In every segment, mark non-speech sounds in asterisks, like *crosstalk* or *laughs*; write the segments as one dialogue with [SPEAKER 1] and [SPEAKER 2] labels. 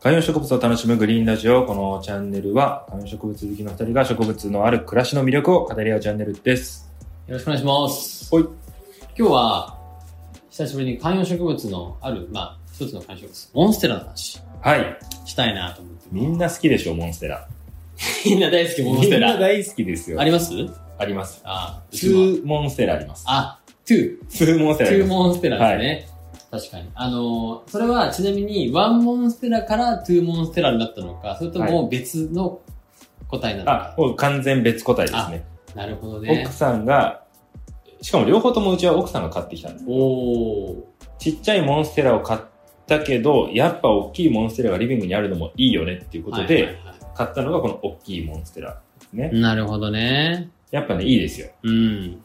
[SPEAKER 1] 観葉植物を楽しむグリーンラジオ。このチャンネルは、観葉植物好きの二人が植物のある暮らしの魅力を語り合うチャンネルです。
[SPEAKER 2] よろしくお願いします。
[SPEAKER 1] はい
[SPEAKER 2] 今日は、久しぶりに観葉植物のある、まあ、一つの観葉植物、モンステラの話
[SPEAKER 1] はい。
[SPEAKER 2] したいなと思って。
[SPEAKER 1] みんな好きでしょ、モンステラ。
[SPEAKER 2] *laughs* みんな大好き、モンステ
[SPEAKER 1] みんな
[SPEAKER 2] ラ。
[SPEAKER 1] 大好きですよ。
[SPEAKER 2] あります
[SPEAKER 1] あります。
[SPEAKER 2] あ、うちも
[SPEAKER 1] 2モンステラあります。
[SPEAKER 2] あ、トゥ
[SPEAKER 1] 2モンステ
[SPEAKER 2] ー。
[SPEAKER 1] ラ
[SPEAKER 2] ト
[SPEAKER 1] あり
[SPEAKER 2] ゥー
[SPEAKER 1] ます。
[SPEAKER 2] モンステラですね。確かに。あのー、それはちなみに、ワンモンステラからトゥーモンステラになったのか、それとも別の答えなの
[SPEAKER 1] あ
[SPEAKER 2] か、。
[SPEAKER 1] もう完全別個体ですね。
[SPEAKER 2] なるほどね
[SPEAKER 1] 奥。さんが、しかも両方ともうちは奥さんが買ってきたんです。
[SPEAKER 2] おー。
[SPEAKER 1] ちっちゃいモンステラを買ったけど、やっぱ大きいモンステラがリビングにあるのもいいよねっていうことで、
[SPEAKER 2] はいはいは
[SPEAKER 1] 買ったのがこの大きいモンステラですね。
[SPEAKER 2] いなるほどね。
[SPEAKER 1] やっぱね、いいですよ。
[SPEAKER 2] うん。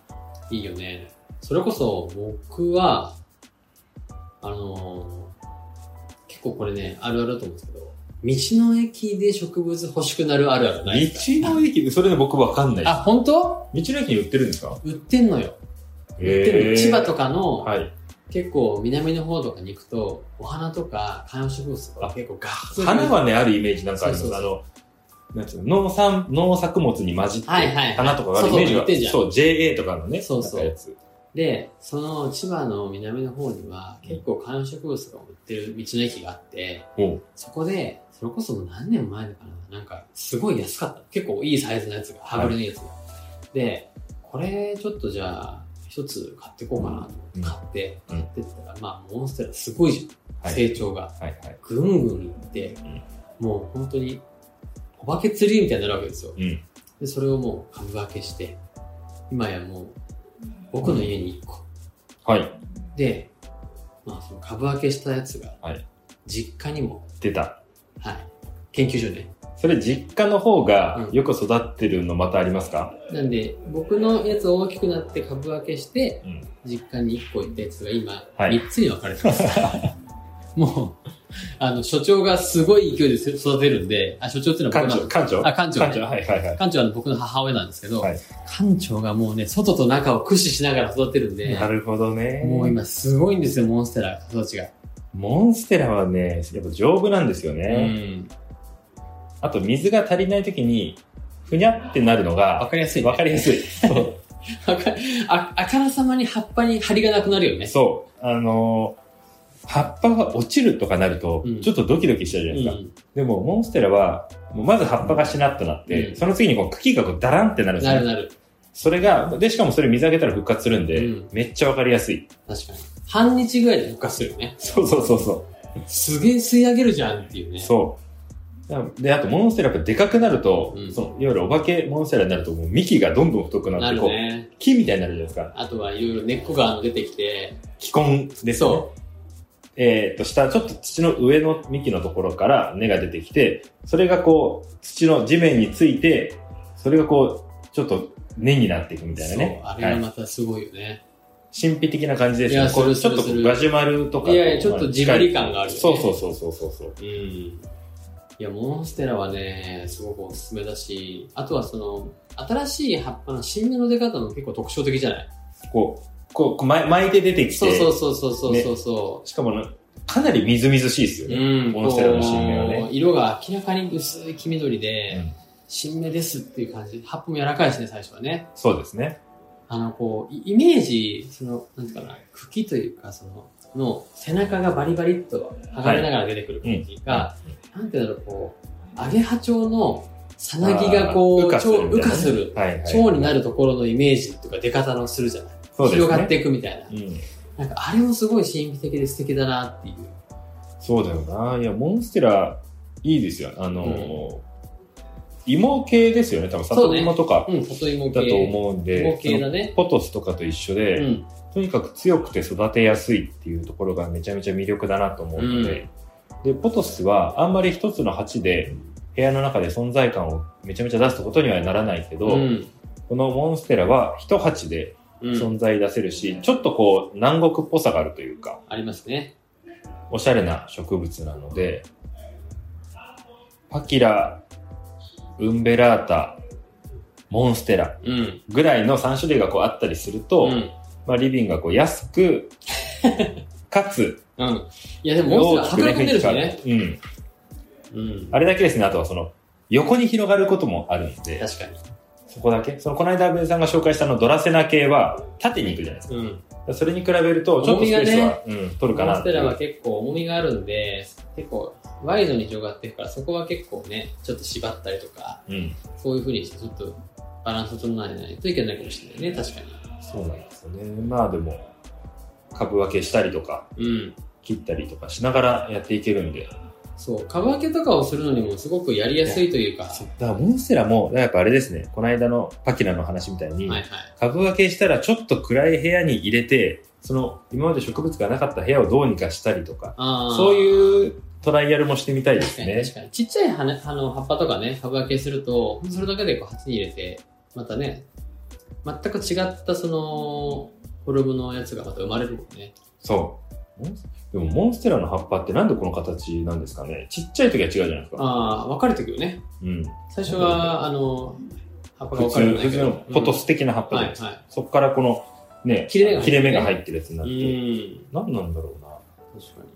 [SPEAKER 2] いいよね。それこそ僕は、あのー結構これね、あるあるだと思うんですけど、道の駅で植物欲しくなるあるあ
[SPEAKER 1] 道
[SPEAKER 2] るないですか
[SPEAKER 1] の駅で、それで僕わかんないで
[SPEAKER 2] あ、本当
[SPEAKER 1] す。道の駅に売ってるんですか
[SPEAKER 2] 売ってんのよ。売ってる
[SPEAKER 1] へー
[SPEAKER 2] 千葉とかの、
[SPEAKER 1] はい。
[SPEAKER 2] 結構南の方とかに行くと、お花とか観葉植物とか結構ガッツリ
[SPEAKER 1] 花はね、あるイメージなんかありま
[SPEAKER 2] そう
[SPEAKER 1] す。
[SPEAKER 2] そう
[SPEAKER 1] あの、なんつうの、農産、農作物に混じって、
[SPEAKER 2] はいはいはい
[SPEAKER 1] 花とかがあるイメージ
[SPEAKER 2] そうそう売ってんじゃ
[SPEAKER 1] が、
[SPEAKER 2] ん
[SPEAKER 1] そう、JA とかのね、
[SPEAKER 2] そうそう
[SPEAKER 1] なんかやつ
[SPEAKER 2] で、その千葉の南の方には結構観葉植物が売ってる道の駅があって、
[SPEAKER 1] おう
[SPEAKER 2] そこで、それこそもう何年前だかな、なんかすごい安かった。結構いいサイズのやつが、羽振りのいいやつが。で、これちょっとじゃあ、一つ買ってこうかなと思って、
[SPEAKER 1] うん
[SPEAKER 2] 買って、
[SPEAKER 1] うん
[SPEAKER 2] 買ってったら、まあモンステラすごいじゃん、
[SPEAKER 1] はい。
[SPEAKER 2] 成長が。
[SPEAKER 1] はいはい。
[SPEAKER 2] ぐんぐんいって、もう本当に、お化け釣りみたいになるわけですよ。
[SPEAKER 1] うん。
[SPEAKER 2] で、それをもう株分けして、今やもう、僕の家に1個。
[SPEAKER 1] はい。
[SPEAKER 2] で、まあその株分けしたやつが
[SPEAKER 1] はい、
[SPEAKER 2] 実家にも、
[SPEAKER 1] 出た。
[SPEAKER 2] はい、研究所で、
[SPEAKER 1] それ実家の方が
[SPEAKER 2] うん
[SPEAKER 1] よく育ってるのまたありますか
[SPEAKER 2] なんで、僕のやつ大きくなって株分けして、
[SPEAKER 1] うん。
[SPEAKER 2] 実家に1個いったやつが今、
[SPEAKER 1] はい
[SPEAKER 2] 3つに分かれて
[SPEAKER 1] *laughs*
[SPEAKER 2] ます。もう、あの、所長がすごい勢いで育てるんで、あ、所長っていうのは
[SPEAKER 1] 館
[SPEAKER 2] 僕
[SPEAKER 1] 長、
[SPEAKER 2] の、
[SPEAKER 1] 館長
[SPEAKER 2] あ、館長ね、
[SPEAKER 1] 館長、はいはいはい。
[SPEAKER 2] 館長は僕の母親なんですけど、
[SPEAKER 1] はい
[SPEAKER 2] 館長がもうね、外と中を駆使しながら育てるんで、
[SPEAKER 1] なるほどね。
[SPEAKER 2] もう今すごいんですよ、モンステラ、育ちが。
[SPEAKER 1] モンステラはね、やっぱ丈夫なんですよ
[SPEAKER 2] う
[SPEAKER 1] ね。
[SPEAKER 2] ん。
[SPEAKER 1] あと水が足りない時に、ふにゃってなるの
[SPEAKER 2] わ
[SPEAKER 1] が、
[SPEAKER 2] かりやすい、ね。
[SPEAKER 1] わかりやすい。そう
[SPEAKER 2] わかあ、あからさまに葉っぱに張りがなくなるよね。
[SPEAKER 1] そう。あのー葉っぱが落ちるとかなると
[SPEAKER 2] うん、
[SPEAKER 1] ちょっとドキドキしちゃうじゃないですか。
[SPEAKER 2] ん、
[SPEAKER 1] でも、モンステラは、もうまず葉っぱがしなっとなって、
[SPEAKER 2] うん
[SPEAKER 1] その次にこう茎がこうダランってなるんです
[SPEAKER 2] なる
[SPEAKER 1] よ。
[SPEAKER 2] なる。
[SPEAKER 1] それが、で、しかもそれ水あげたら復活するんで、
[SPEAKER 2] うん
[SPEAKER 1] めっちゃわかりやすい。
[SPEAKER 2] 確かに。半日ぐらいで復活するよね。
[SPEAKER 1] そうそうそうそ
[SPEAKER 2] すげえ吸い上げるじゃんっていう
[SPEAKER 1] う。
[SPEAKER 2] ね。
[SPEAKER 1] そう。だで、あと、モンステラやっぱでかくなると、
[SPEAKER 2] うん
[SPEAKER 1] そのいわゆるお化けモンステラになると、もう幹がどんどん太くな
[SPEAKER 2] な
[SPEAKER 1] って、
[SPEAKER 2] る
[SPEAKER 1] こう、
[SPEAKER 2] ね。
[SPEAKER 1] 木みたいになるじゃないですか。
[SPEAKER 2] あとはいろいろ根っこがあの出てきて、
[SPEAKER 1] 気根です、ね。
[SPEAKER 2] そ
[SPEAKER 1] えーっと、下、ちょっと土の上の幹のところから根が出てきて、それがこう、土の地面について、それがこう、ちょっと根になっていくみたいなね。
[SPEAKER 2] そう、あれが
[SPEAKER 1] はい
[SPEAKER 2] またすごいよね。
[SPEAKER 1] 神秘的な感じです
[SPEAKER 2] い
[SPEAKER 1] ね。
[SPEAKER 2] や
[SPEAKER 1] こう
[SPEAKER 2] す
[SPEAKER 1] ちょ
[SPEAKER 2] る
[SPEAKER 1] っとこ
[SPEAKER 2] するす
[SPEAKER 1] う
[SPEAKER 2] る
[SPEAKER 1] ガジュマルとか
[SPEAKER 2] いやいや、ちょっとジブリ
[SPEAKER 1] 感
[SPEAKER 2] 感があるよね。
[SPEAKER 1] そうそうそうそうそうそう。
[SPEAKER 2] うん。いや、モンステラはね、すごくおすすめだし、あとはその、新しい葉っぱの新芽の出方も結構特徴的じゃない
[SPEAKER 1] こう、こう、こう巻い巻いて出てきて、
[SPEAKER 2] そうそうそうそうそうそう。
[SPEAKER 1] しかもね、かなりみずみずしいですよね。
[SPEAKER 2] うん、
[SPEAKER 1] モンステラの新芽はね
[SPEAKER 2] こう色が明らかに薄い黄緑で、
[SPEAKER 1] うん
[SPEAKER 2] 新芽ですっていう感じで、葉っぱも柔らかいしね、最初はね。
[SPEAKER 1] そうですね。
[SPEAKER 2] あの、こう、イイメージ、その、なんていうかな、茎というか、その、の背中がバリバリっと剥がれながら出てくる感じが、なんていうんだろう、こう、揚げ葉蝶のさなぎがこう、
[SPEAKER 1] あー羽化するみた
[SPEAKER 2] 蝶
[SPEAKER 1] いなね
[SPEAKER 2] 羽化する、
[SPEAKER 1] はいはい。
[SPEAKER 2] 蝶になるところのイメージとか出方のするじゃない、
[SPEAKER 1] そうですね
[SPEAKER 2] 広がっていくみたいな。
[SPEAKER 1] うん。
[SPEAKER 2] なんか、あれもすごい神秘的で素敵だなっていう。
[SPEAKER 1] そうだよな。いや、モンステラ、いいですよ。あのー芋系ですよね。多分、
[SPEAKER 2] そう
[SPEAKER 1] 里
[SPEAKER 2] ね
[SPEAKER 1] 芋とか
[SPEAKER 2] うん、里芋系。
[SPEAKER 1] だと思うんで、
[SPEAKER 2] 芋系だね
[SPEAKER 1] そのポトスとかと一緒で、
[SPEAKER 2] うん。
[SPEAKER 1] とにかく強くて育てやすいっていうところがめちゃめちゃ魅力だなと思うので、で、ポトスはあんまり一つの鉢で部屋の中で存在感をめちゃめちゃ出すことにはならないけど、
[SPEAKER 2] うん。
[SPEAKER 1] このモンステラは一鉢で
[SPEAKER 2] うん、
[SPEAKER 1] 存在出せるし、ちょっとこう南国っぽさがあるというか、
[SPEAKER 2] ありますね。
[SPEAKER 1] おしゃれな植物なので、パキラ、ウンベラータ、モンステラ
[SPEAKER 2] うん。
[SPEAKER 1] ぐらいの3種類がこうあったりすると、
[SPEAKER 2] うん。
[SPEAKER 1] まあリビングがこう安
[SPEAKER 2] *laughs*
[SPEAKER 1] く、かつ、
[SPEAKER 2] うん。いや、でも、モンスター
[SPEAKER 1] 大きく
[SPEAKER 2] 働くんでるし
[SPEAKER 1] 雰囲
[SPEAKER 2] ね。
[SPEAKER 1] 気があるうん。
[SPEAKER 2] うん。
[SPEAKER 1] あれだけですね、あとはその、横に広がることもあるので、
[SPEAKER 2] 確かに。
[SPEAKER 1] そこだけ。その、この間、安部さんが紹介したあのドラセナ系は、縦に行くじゃないですか。
[SPEAKER 2] うん。
[SPEAKER 1] だからそれに比べると、ちょっとスペースは、うん、取るか
[SPEAKER 2] モン
[SPEAKER 1] な
[SPEAKER 2] ステラは結構重みがあるんで、結構ワイドに広がっていくから、そこは結構ね、ちょっと縛ったりとか、
[SPEAKER 1] うん。
[SPEAKER 2] そういう風にしてちょっとバランスを整えないといけないかもしれないね、確か
[SPEAKER 1] そうなんですよね。まあでも、株分けしたりとか、
[SPEAKER 2] に。うん。
[SPEAKER 1] 切ったりとかしながらやっていけるんで。
[SPEAKER 2] そう、株分けとかをするのにもすごくやりやすいというか、は
[SPEAKER 1] だから、モンステラも、やっぱあれですね、この間のパキラの話みたい
[SPEAKER 2] い
[SPEAKER 1] に、
[SPEAKER 2] はい。
[SPEAKER 1] 株分けしたらちょっと暗い部屋に入れて、その、今まで植物がなかった部屋をどうにかしたりとか、
[SPEAKER 2] あー
[SPEAKER 1] そういうトライアルもしてみたいで
[SPEAKER 2] 確
[SPEAKER 1] す
[SPEAKER 2] かに
[SPEAKER 1] ね
[SPEAKER 2] 確。かに。ちっちゃい花あの葉っぱとかね、株分けすると、それだけでこう鉢に入れて、またね、全く違ったその、フォルムのやつがまた生まれるもんね。
[SPEAKER 1] そう。モンスでも、モンステラの葉っぱってなんでこの形なんですかねちっちゃい時は違うじゃないですか。
[SPEAKER 2] ああ、分かれてくよね。
[SPEAKER 1] うん。
[SPEAKER 2] 最初は、あの、葉っぱが
[SPEAKER 1] 普
[SPEAKER 2] 分かれて
[SPEAKER 1] 通、
[SPEAKER 2] ないけど
[SPEAKER 1] 普通のポトス的な葉っぱ
[SPEAKER 2] うん
[SPEAKER 1] じゃ
[SPEAKER 2] は
[SPEAKER 1] ない
[SPEAKER 2] い
[SPEAKER 1] ですか。
[SPEAKER 2] は
[SPEAKER 1] そこからこの、ね、
[SPEAKER 2] 切れ目が入って
[SPEAKER 1] 切れ目が入ってるやつになって。
[SPEAKER 2] い。うん。
[SPEAKER 1] 何なんだろうな。
[SPEAKER 2] 確かに。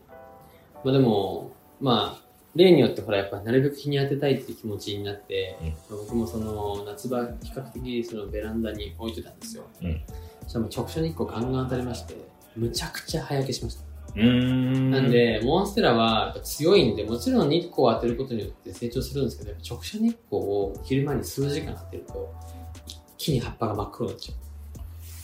[SPEAKER 2] まあでも、まあ、例によってほら、やっぱなるべく日に当てたいって気持ちになって、
[SPEAKER 1] うん
[SPEAKER 2] まあ僕もその夏場、比較的そのベランダに置いてたんですよ。
[SPEAKER 1] うん
[SPEAKER 2] そしたらもう直射日光ガンガン当たりまして、むちゃくちゃ早消しました。
[SPEAKER 1] うーん。
[SPEAKER 2] なん、で、モンステラはやっぱ強いんで、もちろん日光を当てることによって成長するんですけど、やっぱ直射日光を昼間に数時間当てると、一気に葉っぱが真っ黒になっちゃう。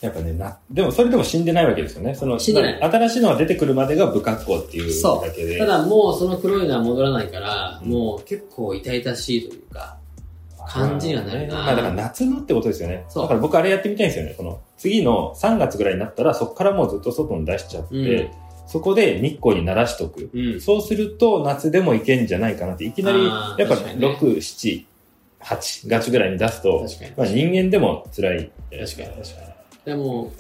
[SPEAKER 1] やっぱね、な、でもそれでも死んでないわけですよね。その、
[SPEAKER 2] 死んでない
[SPEAKER 1] 新しいのが出てくるまでが不格好っていう
[SPEAKER 2] そう
[SPEAKER 1] だけで。
[SPEAKER 2] ただもうその黒いのは戻らないから、
[SPEAKER 1] うん
[SPEAKER 2] もう結構痛々しいというか、感じにはなるな
[SPEAKER 1] まあだから夏のってことですよね。
[SPEAKER 2] そう
[SPEAKER 1] だから僕あれやってみたいんですよね。この次の3月ぐらいになったらそこからもうずっと外に出しちゃって、
[SPEAKER 2] うん
[SPEAKER 1] そこで日光に慣らしとく。
[SPEAKER 2] うん。
[SPEAKER 1] そうすると夏でもいけんじゃないかなって、いきなり
[SPEAKER 2] あー
[SPEAKER 1] やっぱ
[SPEAKER 2] 確かにね
[SPEAKER 1] 6、7、8月ぐらいに出すと、
[SPEAKER 2] 確かに。
[SPEAKER 1] まあ人間でも辛い。
[SPEAKER 2] 確かに確かに。でも、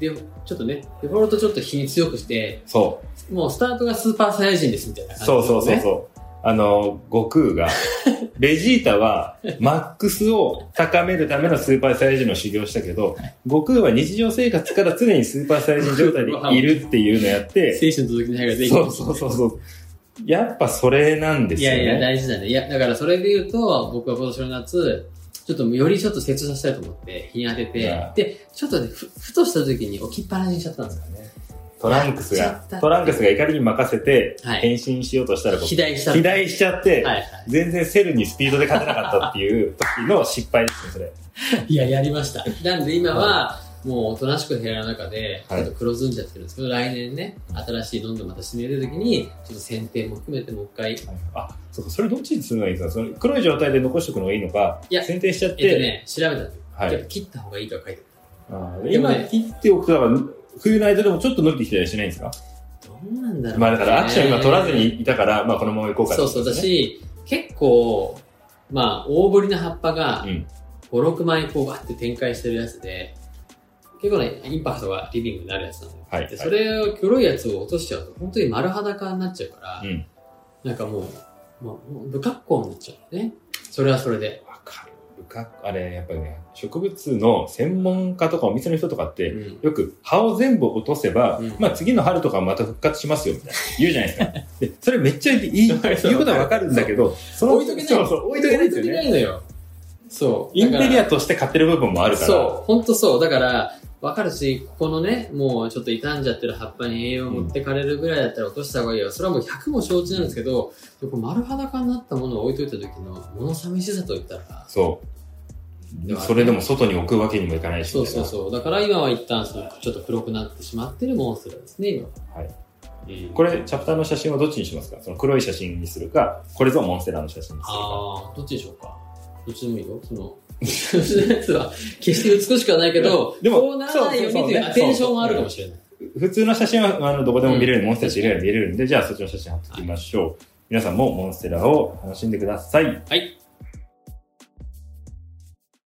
[SPEAKER 2] でちょっとね、デフォルトちょっと日に強くして、
[SPEAKER 1] そ
[SPEAKER 2] もうスタートがスーパーサイヤ人ですみたいな
[SPEAKER 1] う。
[SPEAKER 2] 感じ、
[SPEAKER 1] そうそうそう。そう。あの、悟空
[SPEAKER 2] *laughs*
[SPEAKER 1] が、ベジータはマックスを高めるためのスーパーサイヤ人の修行したけど、悟空は日常生活から常にスーパーサイヤ人状態
[SPEAKER 2] *laughs*
[SPEAKER 1] でいるっていうのやって、
[SPEAKER 2] 精神の続きの早ができ
[SPEAKER 1] そうそうそうそう。やっぱそれなんです
[SPEAKER 2] い
[SPEAKER 1] よ
[SPEAKER 2] や
[SPEAKER 1] ね。
[SPEAKER 2] いや、大事だね。いや、だからそれで言うと、僕は今年の夏、ちょっとよりちょっと成長させたいと思って、日に当て
[SPEAKER 1] い
[SPEAKER 2] て
[SPEAKER 1] や、
[SPEAKER 2] で、ちょっとね、ふ、ふとした時に置きっぱなしにしちゃったんですよ。
[SPEAKER 1] トランクス
[SPEAKER 2] やっちゃ
[SPEAKER 1] が
[SPEAKER 2] った、
[SPEAKER 1] トランクスが怒りに任せて、
[SPEAKER 2] はい
[SPEAKER 1] 変身しようとしたら、こう
[SPEAKER 2] 肥大した。
[SPEAKER 1] 肥大しちゃって、
[SPEAKER 2] はいは
[SPEAKER 1] 全然セルにスピードで勝てなかったっていう時の失敗ですね、それ。
[SPEAKER 2] い。いや、やり
[SPEAKER 1] *laughs*
[SPEAKER 2] ました。なんで今は、もうおとなしく部屋の中で、ち
[SPEAKER 1] は
[SPEAKER 2] ょ
[SPEAKER 1] い
[SPEAKER 2] っと黒ずんじゃってるんですけど、来年ね、新しいどんどんまた染み出る時に、ちょっと剪定も含めてもう一回、
[SPEAKER 1] あ、そうか、それどっちにするのがいいですかその黒い状態で残しておくのがいいのか、
[SPEAKER 2] いや
[SPEAKER 1] 剪定しちゃって、
[SPEAKER 2] えっとね、調べたんですよ
[SPEAKER 1] は
[SPEAKER 2] やっ
[SPEAKER 1] い
[SPEAKER 2] ぱ。切った方がいいとは書いて
[SPEAKER 1] あー
[SPEAKER 2] でも
[SPEAKER 1] 今
[SPEAKER 2] ね
[SPEAKER 1] 切っておくと、だから冬の間でもちょっと伸びてきたりしないんですか
[SPEAKER 2] ある。どうなんだろう、ね。
[SPEAKER 1] まあだからアクション今取らずにいたから、まあこのまま行こうか
[SPEAKER 2] そうそう、だ
[SPEAKER 1] 私
[SPEAKER 2] し、結構、まあ、大ぶりな葉っぱ
[SPEAKER 1] う
[SPEAKER 2] が、
[SPEAKER 1] ん
[SPEAKER 2] 5、6枚こうバって展開してるやつで、結構ね、インパクトがリビングになるやつなのよ。
[SPEAKER 1] はい
[SPEAKER 2] で
[SPEAKER 1] はい
[SPEAKER 2] それを、黒いやつを落としちゃうと、本当に丸裸になっちゃうから、
[SPEAKER 1] うん
[SPEAKER 2] なんかもう、もうもう不格好になっちゃうね。それはそれで。
[SPEAKER 1] わかる。うかあれ、やっぱりね、植物の専門家とかお店の人とかっ
[SPEAKER 2] う
[SPEAKER 1] て、
[SPEAKER 2] ん
[SPEAKER 1] よく葉を全部落とせば、
[SPEAKER 2] うん
[SPEAKER 1] まあ次の春とかまた復活しますよみたいな言うじゃないで
[SPEAKER 2] *laughs*
[SPEAKER 1] すか。で、それめっちゃいい、言うことはわかるんだけど、その
[SPEAKER 2] 置いとけない。
[SPEAKER 1] そうそう、置いとけないんですよね。
[SPEAKER 2] 置いとけないのよ。そう。
[SPEAKER 1] インテリ
[SPEAKER 2] ア
[SPEAKER 1] アとして買ってる部分もあるから。
[SPEAKER 2] そう、ほんとそう。だから、わかるし、ここのね、もうちょっと傷んじゃってる葉っぱに栄養を持ってかれるぐらいだったら落とした方がいいよ。それはもう100も承知なんですけど、でもこう丸裸になったものを置いといた時の物寂しさといったら、
[SPEAKER 1] そう。
[SPEAKER 2] でも
[SPEAKER 1] それでも外に置くわけにもいかないし
[SPEAKER 2] そ
[SPEAKER 1] み
[SPEAKER 2] う
[SPEAKER 1] たい
[SPEAKER 2] そ
[SPEAKER 1] な。
[SPEAKER 2] うそう。だから今は一旦そのちょっと黒くなってしまってるモンスターですね、今は。
[SPEAKER 1] はい
[SPEAKER 2] うん。
[SPEAKER 1] これ、チャプターの写真はどっちにしますかその黒い写真にするか、これぞモンステラの写真にするか。
[SPEAKER 2] ああ、どっちでしょうか。どっちでもいいよ。その、 *laughs* そのやつは決して美しくはないけど、
[SPEAKER 1] でも
[SPEAKER 2] こうならないようにというアテンションもあるかもしれない。
[SPEAKER 1] 普通の写真はあのどこでも見れる、モンステラしか見れるんで、じゃあそっちの写真貼っておきましょう。皆さんもモンステラを楽しんでください。
[SPEAKER 2] はい。